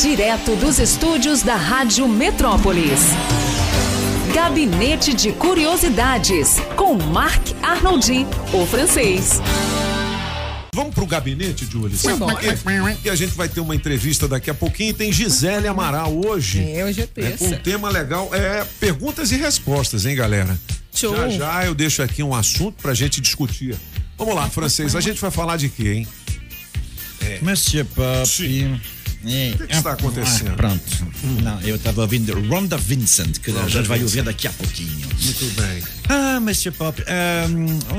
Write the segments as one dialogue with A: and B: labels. A: Direto dos estúdios da Rádio Metrópolis. Gabinete de Curiosidades, com Marc Arnoldi, o francês.
B: Vamos pro gabinete, Júlio? E a gente vai ter uma entrevista daqui a pouquinho. Tem Gisele Amaral hoje.
C: É, hoje é
B: né,
C: terça.
B: com um tema legal. É perguntas e respostas, hein, galera?
C: Show.
B: Já já eu deixo aqui um assunto pra gente discutir. Vamos lá, francês. A gente vai falar de quê, hein?
D: Monsieur
B: Sim.
D: Papi. O
B: que que está acontecendo?
D: Ah,
B: Hum.
D: pronto. Não, eu estava ouvindo Rhonda Vincent, que a gente vai ouvir daqui a pouquinho.
B: Muito bem.
D: Ah, Monsieur Pop, ah,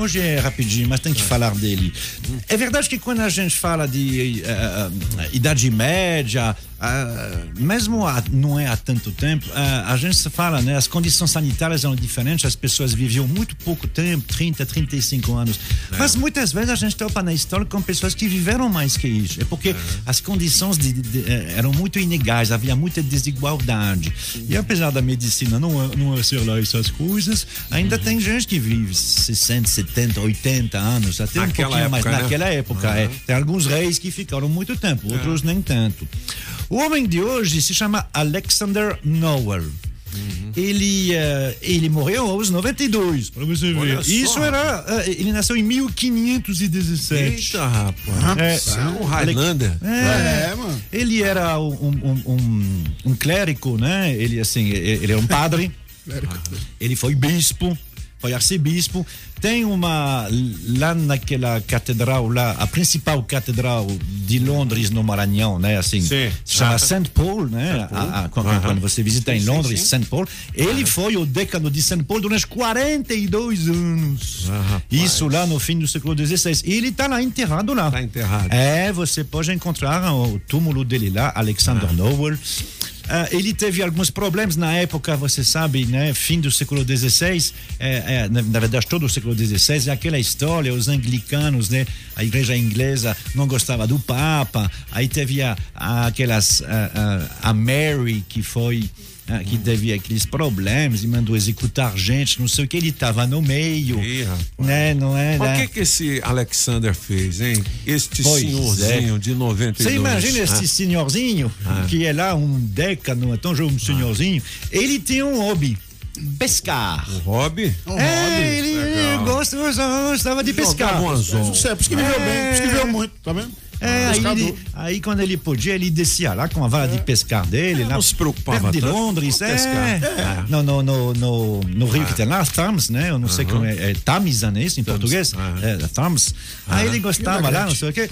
D: hoje é rapidinho, mas tem
B: Ah.
D: que falar dele.
B: Hum.
D: É verdade que quando a gente fala de ah, ah, Idade Média, ah, mesmo há- não é há tanto tempo, ah, a gente se fala, né? As condições sanitárias eram diferentes, as pessoas viviam muito pouco tempo 30, 35 anos.
B: É.
D: Mas muitas vezes a gente topa na história com pessoas que viveram mais que isso. É porque as condições de- de- eh, eram muito inegais, havia muita desigualdade. E apesar da medicina não, é- não ser lá essas coisas, ainda
B: Uhum.
D: tem gente que vive 60, 70, 80 anos, até um
B: Naquela
D: pouquinho mais.
B: época, né? É.
D: Naquela época, é. Tem alguns reis que ficaram muito tempo, outros nem tanto. O homem de hoje se chama Alexander Nowell.
B: Uhum.
D: Ele, eh, ele morreu aos 92, para você ver.
B: Olha só,
D: Isso era. eh, ele nasceu em 1517.
B: Eita, rapaz.
D: É.
B: Isso É, um Highlander.
D: É,
E: mano.
D: Ele era um, um, um- um- um clérigo, né? Ele assim, e- ele é um padre. ele foi bispo, foi arcebispo. Tem uma lá naquela catedral lá, a principal catedral de Londres no Maranhão, né? Assim,
B: Sim.
D: se chama St Paul, né? A- a- quando, quando você visita em Londres, St Paul, ele foi o décano de St Paul durante 42 anos. Isso lá no fim do século XVI. E ele está lá enterrado lá.
B: Tá enterrado.
D: É, você pode encontrar o túmulo dele lá, Alexander Nowell. Ah, ele teve alguns problemas na época, você sabe, né? Fim do século XVI, é, é, na, na verdade todo o século XVI, é aquela história, os anglicanos, né? A igreja inglesa não gostava do Papa, aí teve a, a- aquelas, a, a- a Mary que foi, ah,
B: Hum.
D: que teve aqueles problemas e mandou executar gente, não sei o que, ele estava no meio,
B: Ih, rapaz.
D: né? Não é?
B: Mas
D: né?
B: o que, que esse Alexander fez, hein? Este
D: Pois é.
B: senhorzinho de 92.
D: Você imagina
B: Ah,
D: esse senhorzinho, que é lá um décano, então já um senhorzinho,
B: Ah.
D: ele tem um hobby, pescar.
B: Um Hobby?
D: é, ele, ele
B: legal.
D: gosta, gostava de pescar.
B: Jogava um anzol.
E: Isso é, por isso que viveu
D: É.
E: bem, por isso que viveu muito, tá vendo?
D: É, aí,
E: Pescador.
D: ele- aí quando ele podia, ele descia lá com a vara de pescar dele, lá
B: É. não se preocupava
D: perto de
B: tanto
D: Londres,
B: com
D: é,
B: pescar. É. Ah.
D: No, no, no, no, no rio que tem lá, Thames, né? Eu não sei como é, é Thames, né? Isso em português, é, Thames. Aí ele gostava lá, não sei o quê.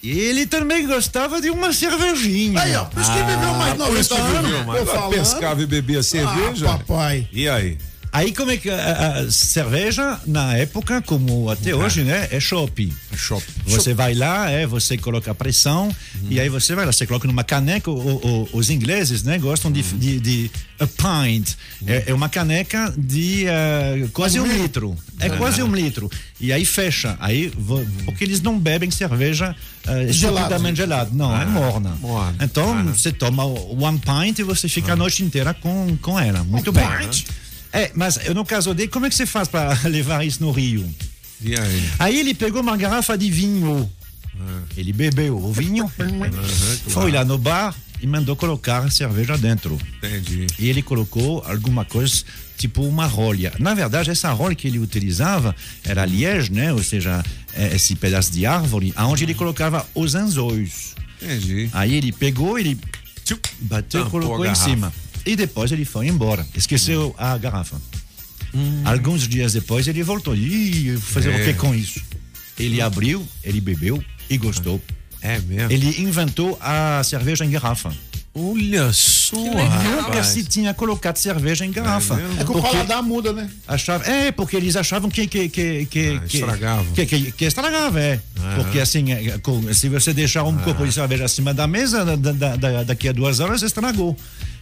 D: E ele também gostava de uma cervejinha.
E: Aí, ó, por isso que viveu mais 90 anos.
B: Mas
E: Tô falando.
B: pescava e bebia cerveja?
E: Ah, papai.
B: E aí?
D: Aí como é que a, a cerveja, na época, como até hoje, né? É shopping.
B: Shopping.
D: Você vai lá, é, você coloca a pressão e aí você vai lá, você coloca numa caneca. o- o- os ingleses, né, gostam de, de, de a pint. É, é uma caneca de eh, quase um, litro. É quase um litro. E aí fecha. Aí vo- porque eles não bebem cerveja uh,
E: Gelado.
D: estupidamente gelada, não, é morna.
B: morna.
D: Então você toma o- one pint e você fica a noite inteira com com ela. Muito bem. É, mas eh, no caso dele, como é que você faz para levar isso no Rio?
B: E aí?
D: Aí ele pegou uma garrafa de vinho. Ele bebeu o vinho, foi lá no bar e mandou colocar a cerveja dentro.
B: Entendi.
D: E ele colocou alguma coisa, tipo uma rolha. Na verdade, essa rolha que ele utilizava era liege, né? Ou seja, é esse pedaço de árvore, aonde ele colocava os anzóis.
B: Entendi.
D: Aí ele pegou, ele
B: Tchup.
D: bateu e
B: Tampou
D: colocou
B: a
D: em
B: garrafa. Hum.
D: cima. E depois ele foi embora. Esqueceu a garrafa. Alguns dias depois ele voltou. Ih, eu vou fazer o
B: É.
D: que com isso? Ele abriu, ele bebeu e gostou.
B: É mesmo?
D: Ele inventou a cerveja em garrafa.
B: Olha só.
D: Nunca se tinha colocado cerveja em garrafa.
B: mesmo?
E: É que o paladar muda, né?
D: Achava- é, porque eles achavam que. que, que, que
B: Ah,
D: que-
B: estragava.
D: Que, que, que estragava, é. Porque assim, é, com- se você deixar
B: Ah.
D: um copo de cerveja acima da mesa, da, da- da- daqui a duas horas estragou.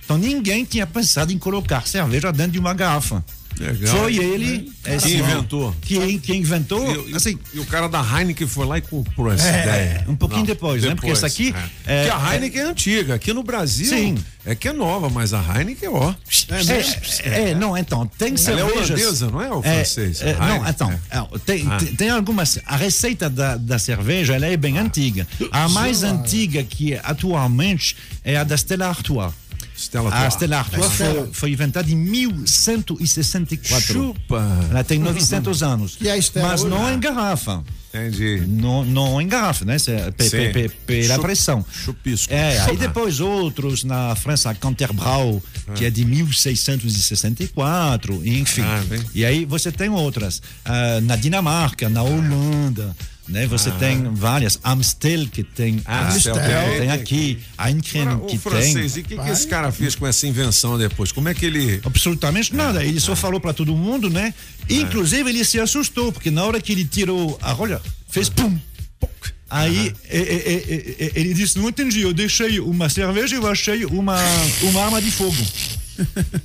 D: Então ninguém tinha pensado em colocar cerveja dentro de uma garrafa.
B: Legal.
D: Foi ele esse
B: Quem
D: homem,
B: inventou?
D: Quem, quem inventou?
B: E, e-
D: assim,
B: e o cara da Heineken foi lá e comprou essa
D: É,
B: ideia.
D: um pouquinho depois, né? Porque essa aqui
B: É.
D: é-
B: Que a Heineken é, antiga. Aqui no Brasil
D: Sim.
B: é que é nova, mas a Heineken, ó.
D: É, é, não, então, tem
B: Ela é
D: cervejas...
B: holandesa, não é, ou francês?
D: é, não,
B: Heineken,
D: então,
B: é.
D: é, tem,
B: Ah.
D: tem- tem algumas... A receita da, da cerveja, ela é bem antiga. A mais antiga que é atualmente é a da Stella Artois.
B: Stella
D: A
B: Artois.
D: Ah, Stella Artois foi, foi inventada em 1164.
B: Chupa.
D: Ela tem 900 anos.
E: E a Stella
D: mas
E: hoje?
D: não em garrafa.
B: Entendi.
D: Não, não em garrafa, né? Cê- pe-
B: Sim.
D: pe- pe- Pela
B: Chup-
D: pressão.
B: chupisco. Ah.
D: É,
B: Chupa.
D: aí depois outros na França, Canterbrau, que é de 1664, enfim.
B: Ah, bem.
D: e aí você tem outras ah, na Dinamarca, na Holanda, né? Você tem várias, Amstel que tem,
B: Ah, Amstel
D: tem,
B: tem.
D: aqui, Heineken
B: Agora,
D: que
B: o francês,
D: tem.
B: e o que, que esse cara fez com essa invenção depois? Como é que ele.
D: Absolutamente nada, ele só falou para todo mundo, né? Inclusive ele se assustou, porque na hora que ele tirou a rolha, fez pum,
B: Poc.
D: Aí é, e- e- e- e- ele disse: Não entendi, eu deixei uma cerveja e eu achei uma, uma arma de fogo.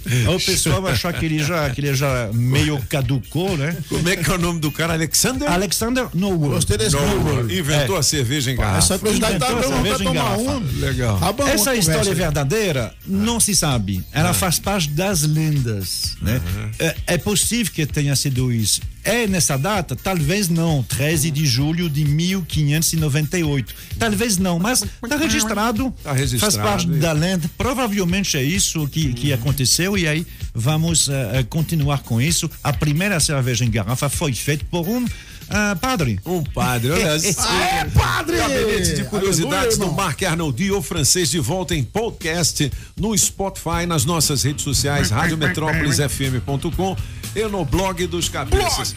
D: Aí o pessoal vai achar que ele já, que ele já meio caducou, né?
B: Como é que é o nome do cara? Alexander?
D: Alexander É. Nowell.
E: Gostei desse
B: Não,
E: número.
B: inventou a cerveja em garrafa.
E: Essa curiosidade tá
D: Inventou
E: dando vontade de
D: cerveja em
E: tomar
D: garrafa.
E: uma.
B: Legal.
E: Tá bom,
D: Essa
E: uma
D: história é
E: conversa.
D: verdadeira? Não se sabe. Ela faz parte das lendas. Né? É, é possível que tenha sido isso. É nessa data? Talvez não. 13 de julho de 1598. Talvez não, mas está registrado.
B: Tá registrado,
D: Faz parte
B: isso.
D: da lenda. Provavelmente é isso que, que aconteceu. E aí vamos eh, eh, continuar com isso. A primeira cerveja em garrafa foi feita por um ah, padre.
B: Um padre, olha só.
E: É, padre!
B: Gabinete de curiosidades
E: Aleluia,
B: do
E: irmão.
B: Mark Arnoldi, o francês de volta em podcast no Spotify, nas nossas redes sociais, radiometrópolisfm.com e no blog dos cabeças.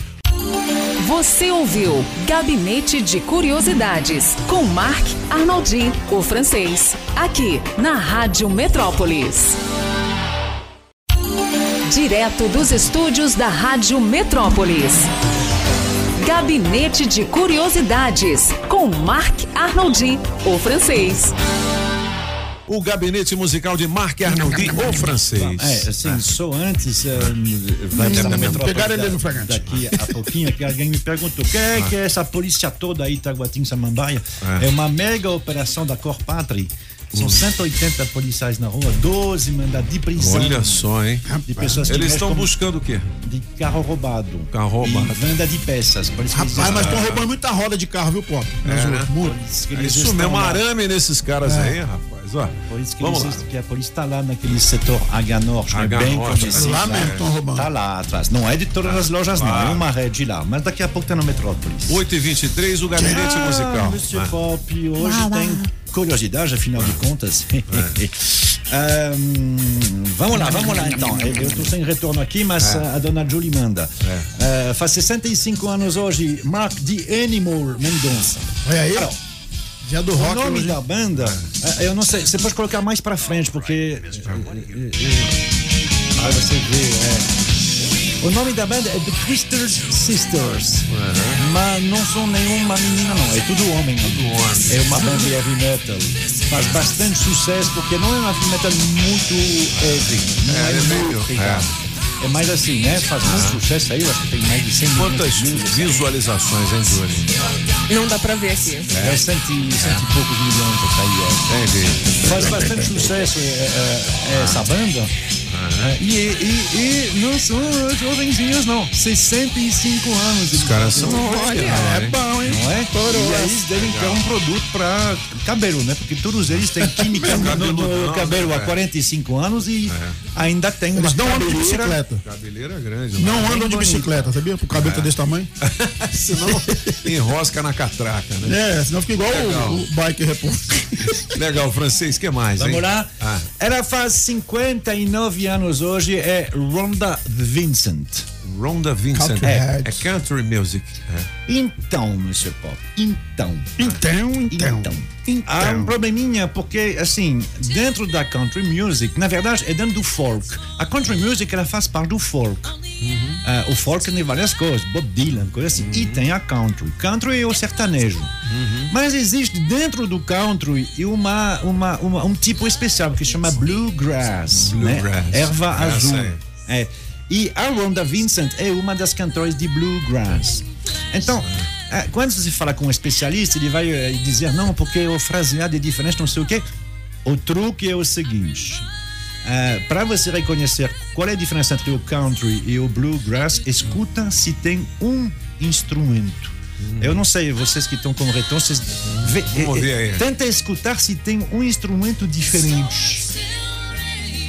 A: Você ouviu Gabinete de Curiosidades com Marc Arnoldi, o francês, aqui na Rádio Metrópolis. Direto dos estúdios da Rádio Metrópolis. Gabinete de Curiosidades com Marc Arnoldi, o francês.
B: O gabinete musical de Marc Arnoldi, o francês.
D: É,
B: Ah.
D: assim, só antes, eh, vai
B: Hum,
D: dar uma metrópole
E: pegaram ele
D: da-
E: no flagrante.
D: Daqui a pouquinho, que alguém me perguntou: o que
B: Ah.
D: é que é essa polícia toda aí, Itaguatinga, Samambaia?
B: É.
D: É. uma mega operação da Cor Pátria. São 180 policiais na rua, 12 mandados de prisão.
B: Olha só, hein?
D: De pessoas que
B: Eles
D: mexem
B: estão
D: com-
B: buscando o quê?
D: de carro roubado.
B: Carro roubado.
D: E venda de peças. Por isso que eles
E: Rapaz, mas
D: estão-
E: estão roubando muita roda de carro, viu, Pop? Nas ruas.
D: por isso que
B: É
D: eles
B: Isso
D: estão
B: mesmo,
D: lá. É.
B: arame nesses caras aí, rapaz. Ó,
D: Por isso que,
B: vamos
D: eles-
B: lá.
D: que a polícia está lá naquele setor H Norte, né?
B: H
D: bem
B: Norte,
D: conhecido.
E: lá mesmo estão roubando.
D: Tá lá atrás. Não é de todas as lojas, não.
B: Tá claro.
D: É uma rede lá. Mas daqui a pouco tá no Metrópolis.
B: 8h23, o gabinete
D: Ah,
B: musical.
D: Monsieur
B: Ah.
D: Pop, hoje tem curiosidade, afinal de contas. Ahn, vamos lá, vamos lá então. Eu eu tô sem retorno aqui,
B: É.
D: mas ah, a dona Julie manda. Ah, faz 65 anos hoje, Mark The Animal Mendonça.
E: Olha aí,
D: Cara,
E: dia do
D: o
E: rock.
D: nome
E: hoje.
D: da banda, ah, eu não sei, você pode colocar mais pra frente, porque. é, Aí você vê, é. O nome da banda é The Crystal Sisters. Mas não são nenhuma menina, não. É tudo homem. É uma banda de heavy metal. Faz bastante sucesso, porque não é uma heavy metal muito heavy. Não
B: É,
D: é,
B: é meio,
D: muito pesado. é. mais assim, né? Faz muito sucesso aí, eu acho que tem mais de 100 milhões de
B: Quantas
D: views, assim.
B: visualizações, hein, Júlio?
C: Não dá pra ver aqui.
D: É cento e cento e poucos milhões essa aí, é.
B: Entendi.
D: faz bastante sucesso é, é, é, essa banda. É, E, e, e não são jovenzinhos, não. 65 anos.
B: Os caras são.
E: É bom, hein?
D: né? Não é? E aí eles devem ter um produto para cabelo, né? Porque todos eles têm química no, no- no cabelo né? há 45 anos e ainda tem uma
E: Eles não andam de
D: cabeleira.
E: bicicleta.
B: Cabeleira grande, né?
E: Não andam de
D: bonito.
E: bicicleta, sabia? O cabelo tá desse tamanho.
B: Senão enrosca na catraca, né?
E: É, senão fica igual
B: Legal.
E: o, o Bike Repórter.
B: Legal, francês, que mais, hein?
D: Vamos lá.
B: Ah,
D: Ela faz 59 anos hoje, é Rhonda Vincent.
B: Ronda Vincent.
E: Country
B: É,
E: Heads.
B: é country music. É.
D: Então, Monsieur Pop, então.
E: Então,
D: Então,
E: então.
D: há um probleminha porque assim dentro da country music, na verdade é dentro do folk. A country music ela faz parte do folk. Ah, o folk tem várias coisas, Bob Dylan, coisa assim. E tem a country. Country é o sertanejo. Mas existe dentro do country e uma, uma, uma- um tipo especial que chama bluegrass, né?
B: Bluegrass.
D: erva
B: Graça
D: azul.
B: é.
D: É. E a Rhonda Vincent é uma das cantoras de bluegrass. Então, eh, quando você fala com um especialista, ele vai eh, dizer não, porque o fraseado é diferente, não sei o quê. O truque é o seguinte: para você reconhecer qual é a diferença entre o country e o bluegrass, escuta se tem um instrumento. Eu não sei, vocês que estão com retorno, vocês vê,
B: Hum. Vamos
D: eh,
B: ver aí.
D: eh, tenta escutar se tem um instrumento diferente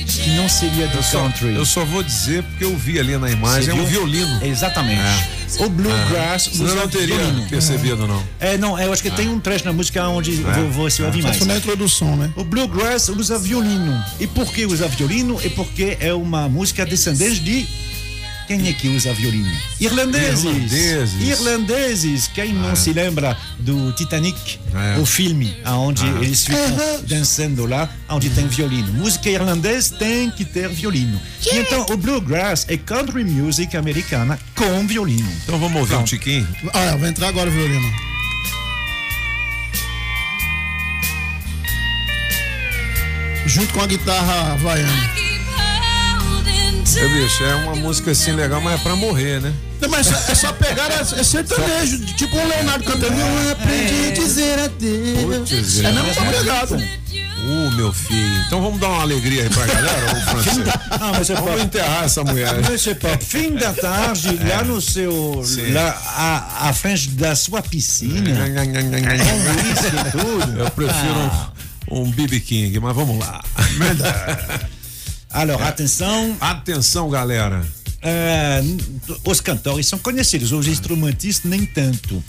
D: que não seria do
B: Só-
D: country.
B: eu só vou dizer porque eu vi ali na imagem, é um
D: Você viu?
B: violino. Ah.
D: Exatamente. É. O bluegrass,
B: Senão eu
D: usa
B: não teria
D: violino.
B: percebido, É. não.
D: É, não, eu acho que tem um trecho na música onde vo- você vai ouvir mais.
E: Isso na introdução, né?
D: O bluegrass usa violino. E por que usa violino? É porque é uma música descendente de quem é que usa violino? Irlandeses.
B: Irlandeses.
D: Irlandeses. Quem não se lembra do Titanic,
B: É.
D: o filme, onde eles ficam
E: Uhum.
D: dançando lá, onde tem violino. Música irlandesa tem que ter violino. E então o bluegrass é country music americana com violino.
B: Então vamos ouvir um tiquinho.
E: Ah, vai entrar agora o violino. Junto com a guitarra havaiana.
B: É, bicho, é uma música assim legal, mas é pra morrer, né?
E: Não, mas essa, essa pegada é, é sertanejo, tipo o Leonardo cantando.
D: É.
E: Eu aprendi a dizer adeus.
B: Putz,
E: É
B: é.
E: na mesma pegada.
B: Uh, meu filho. Então vamos dar uma alegria aí pra galera, ô francês.
D: Ah, mas é
B: Vamos enterrar essa mulher. né?
D: Monsieur Pop, fim da tarde, lá no seu.
B: Sim. É.
D: Lá, à, à frente da sua piscina.
B: Eu prefiro um, um BB King, mas vamos lá.
D: Alors, atenção,
B: Atenção, galera.
D: eh, os cantores são conhecidos, os instrumentistas nem tanto.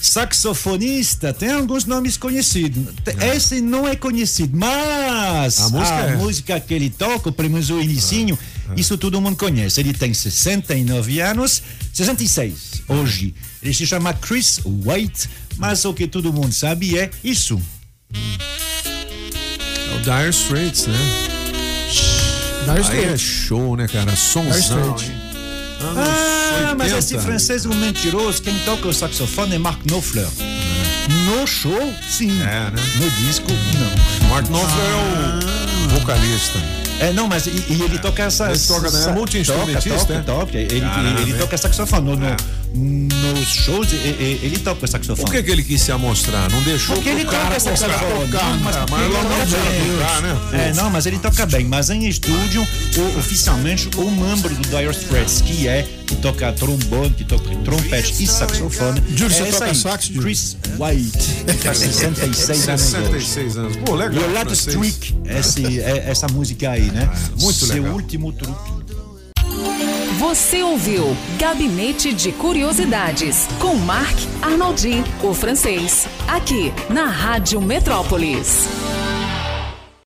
D: Saxofonista tem alguns nomes conhecidos. Te- Esse não é conhecido, mas
B: A música é.
D: música que ele toca, pelo menos o inicinho, isso todo mundo conhece. Ele tem 69 anos, 66 hoje. Ele se chama Chris White, mas o que todo mundo sabe é isso.
B: É o Dire Straits, né?
E: Dá isso
B: Aí é
E: aí.
B: show, né, cara? Somzão.
E: Dire Straits.
B: hein?
D: Ah,
B: Anos
D: mas
B: 80.
D: esse francês é um mentiroso. Quem toca o saxofone é Marc Knopfler. No show, sim.
B: É, né?
D: No disco, não.
B: Mark Knopfler é
D: Ah.
B: o vocalista.
D: É, não, mas e, e ele toca essa.
B: Ele toca, né?
D: essa-
B: Multi-instrumentista,
D: Toca,
B: é?
D: toca, toca. Ele,
B: Caramba,
D: ele
B: hein?
D: toca saxofone. No, no-
B: É.
D: Nos shows, e- e- ele toca o saxofone.
B: Por que, que ele quis se amostrar? Não deixou
D: Porque ele
B: pro cara
D: toca saxofone.
B: tocar, né?
D: Não,
B: mas,
D: mas
B: mas
D: ele é um
B: ela não
D: toca
B: deixa
D: bem.
B: tocar, né?
D: É, não, mas ele toca bem. Mas em estúdio, o- oficialmente, o membro do Dire Straits, que é, que toca trombone, que toca trompete e saxofone.
E: Júlio, você
D: é esse
E: toca
D: aí,
E: sax, Júlio?
D: Chris White, Tá faz 66 anos hoje.
B: 66 anos. Pô, legal.
D: Violeta
B: francês. Ah,
D: Streak, esse- é- essa música aí, né?
B: muito
D: Seu
B: legal.
D: último truque.
A: Você ouviu Gabinete de Curiosidades com Marc Arnoldi, o francês, aqui na Rádio Metrópolis.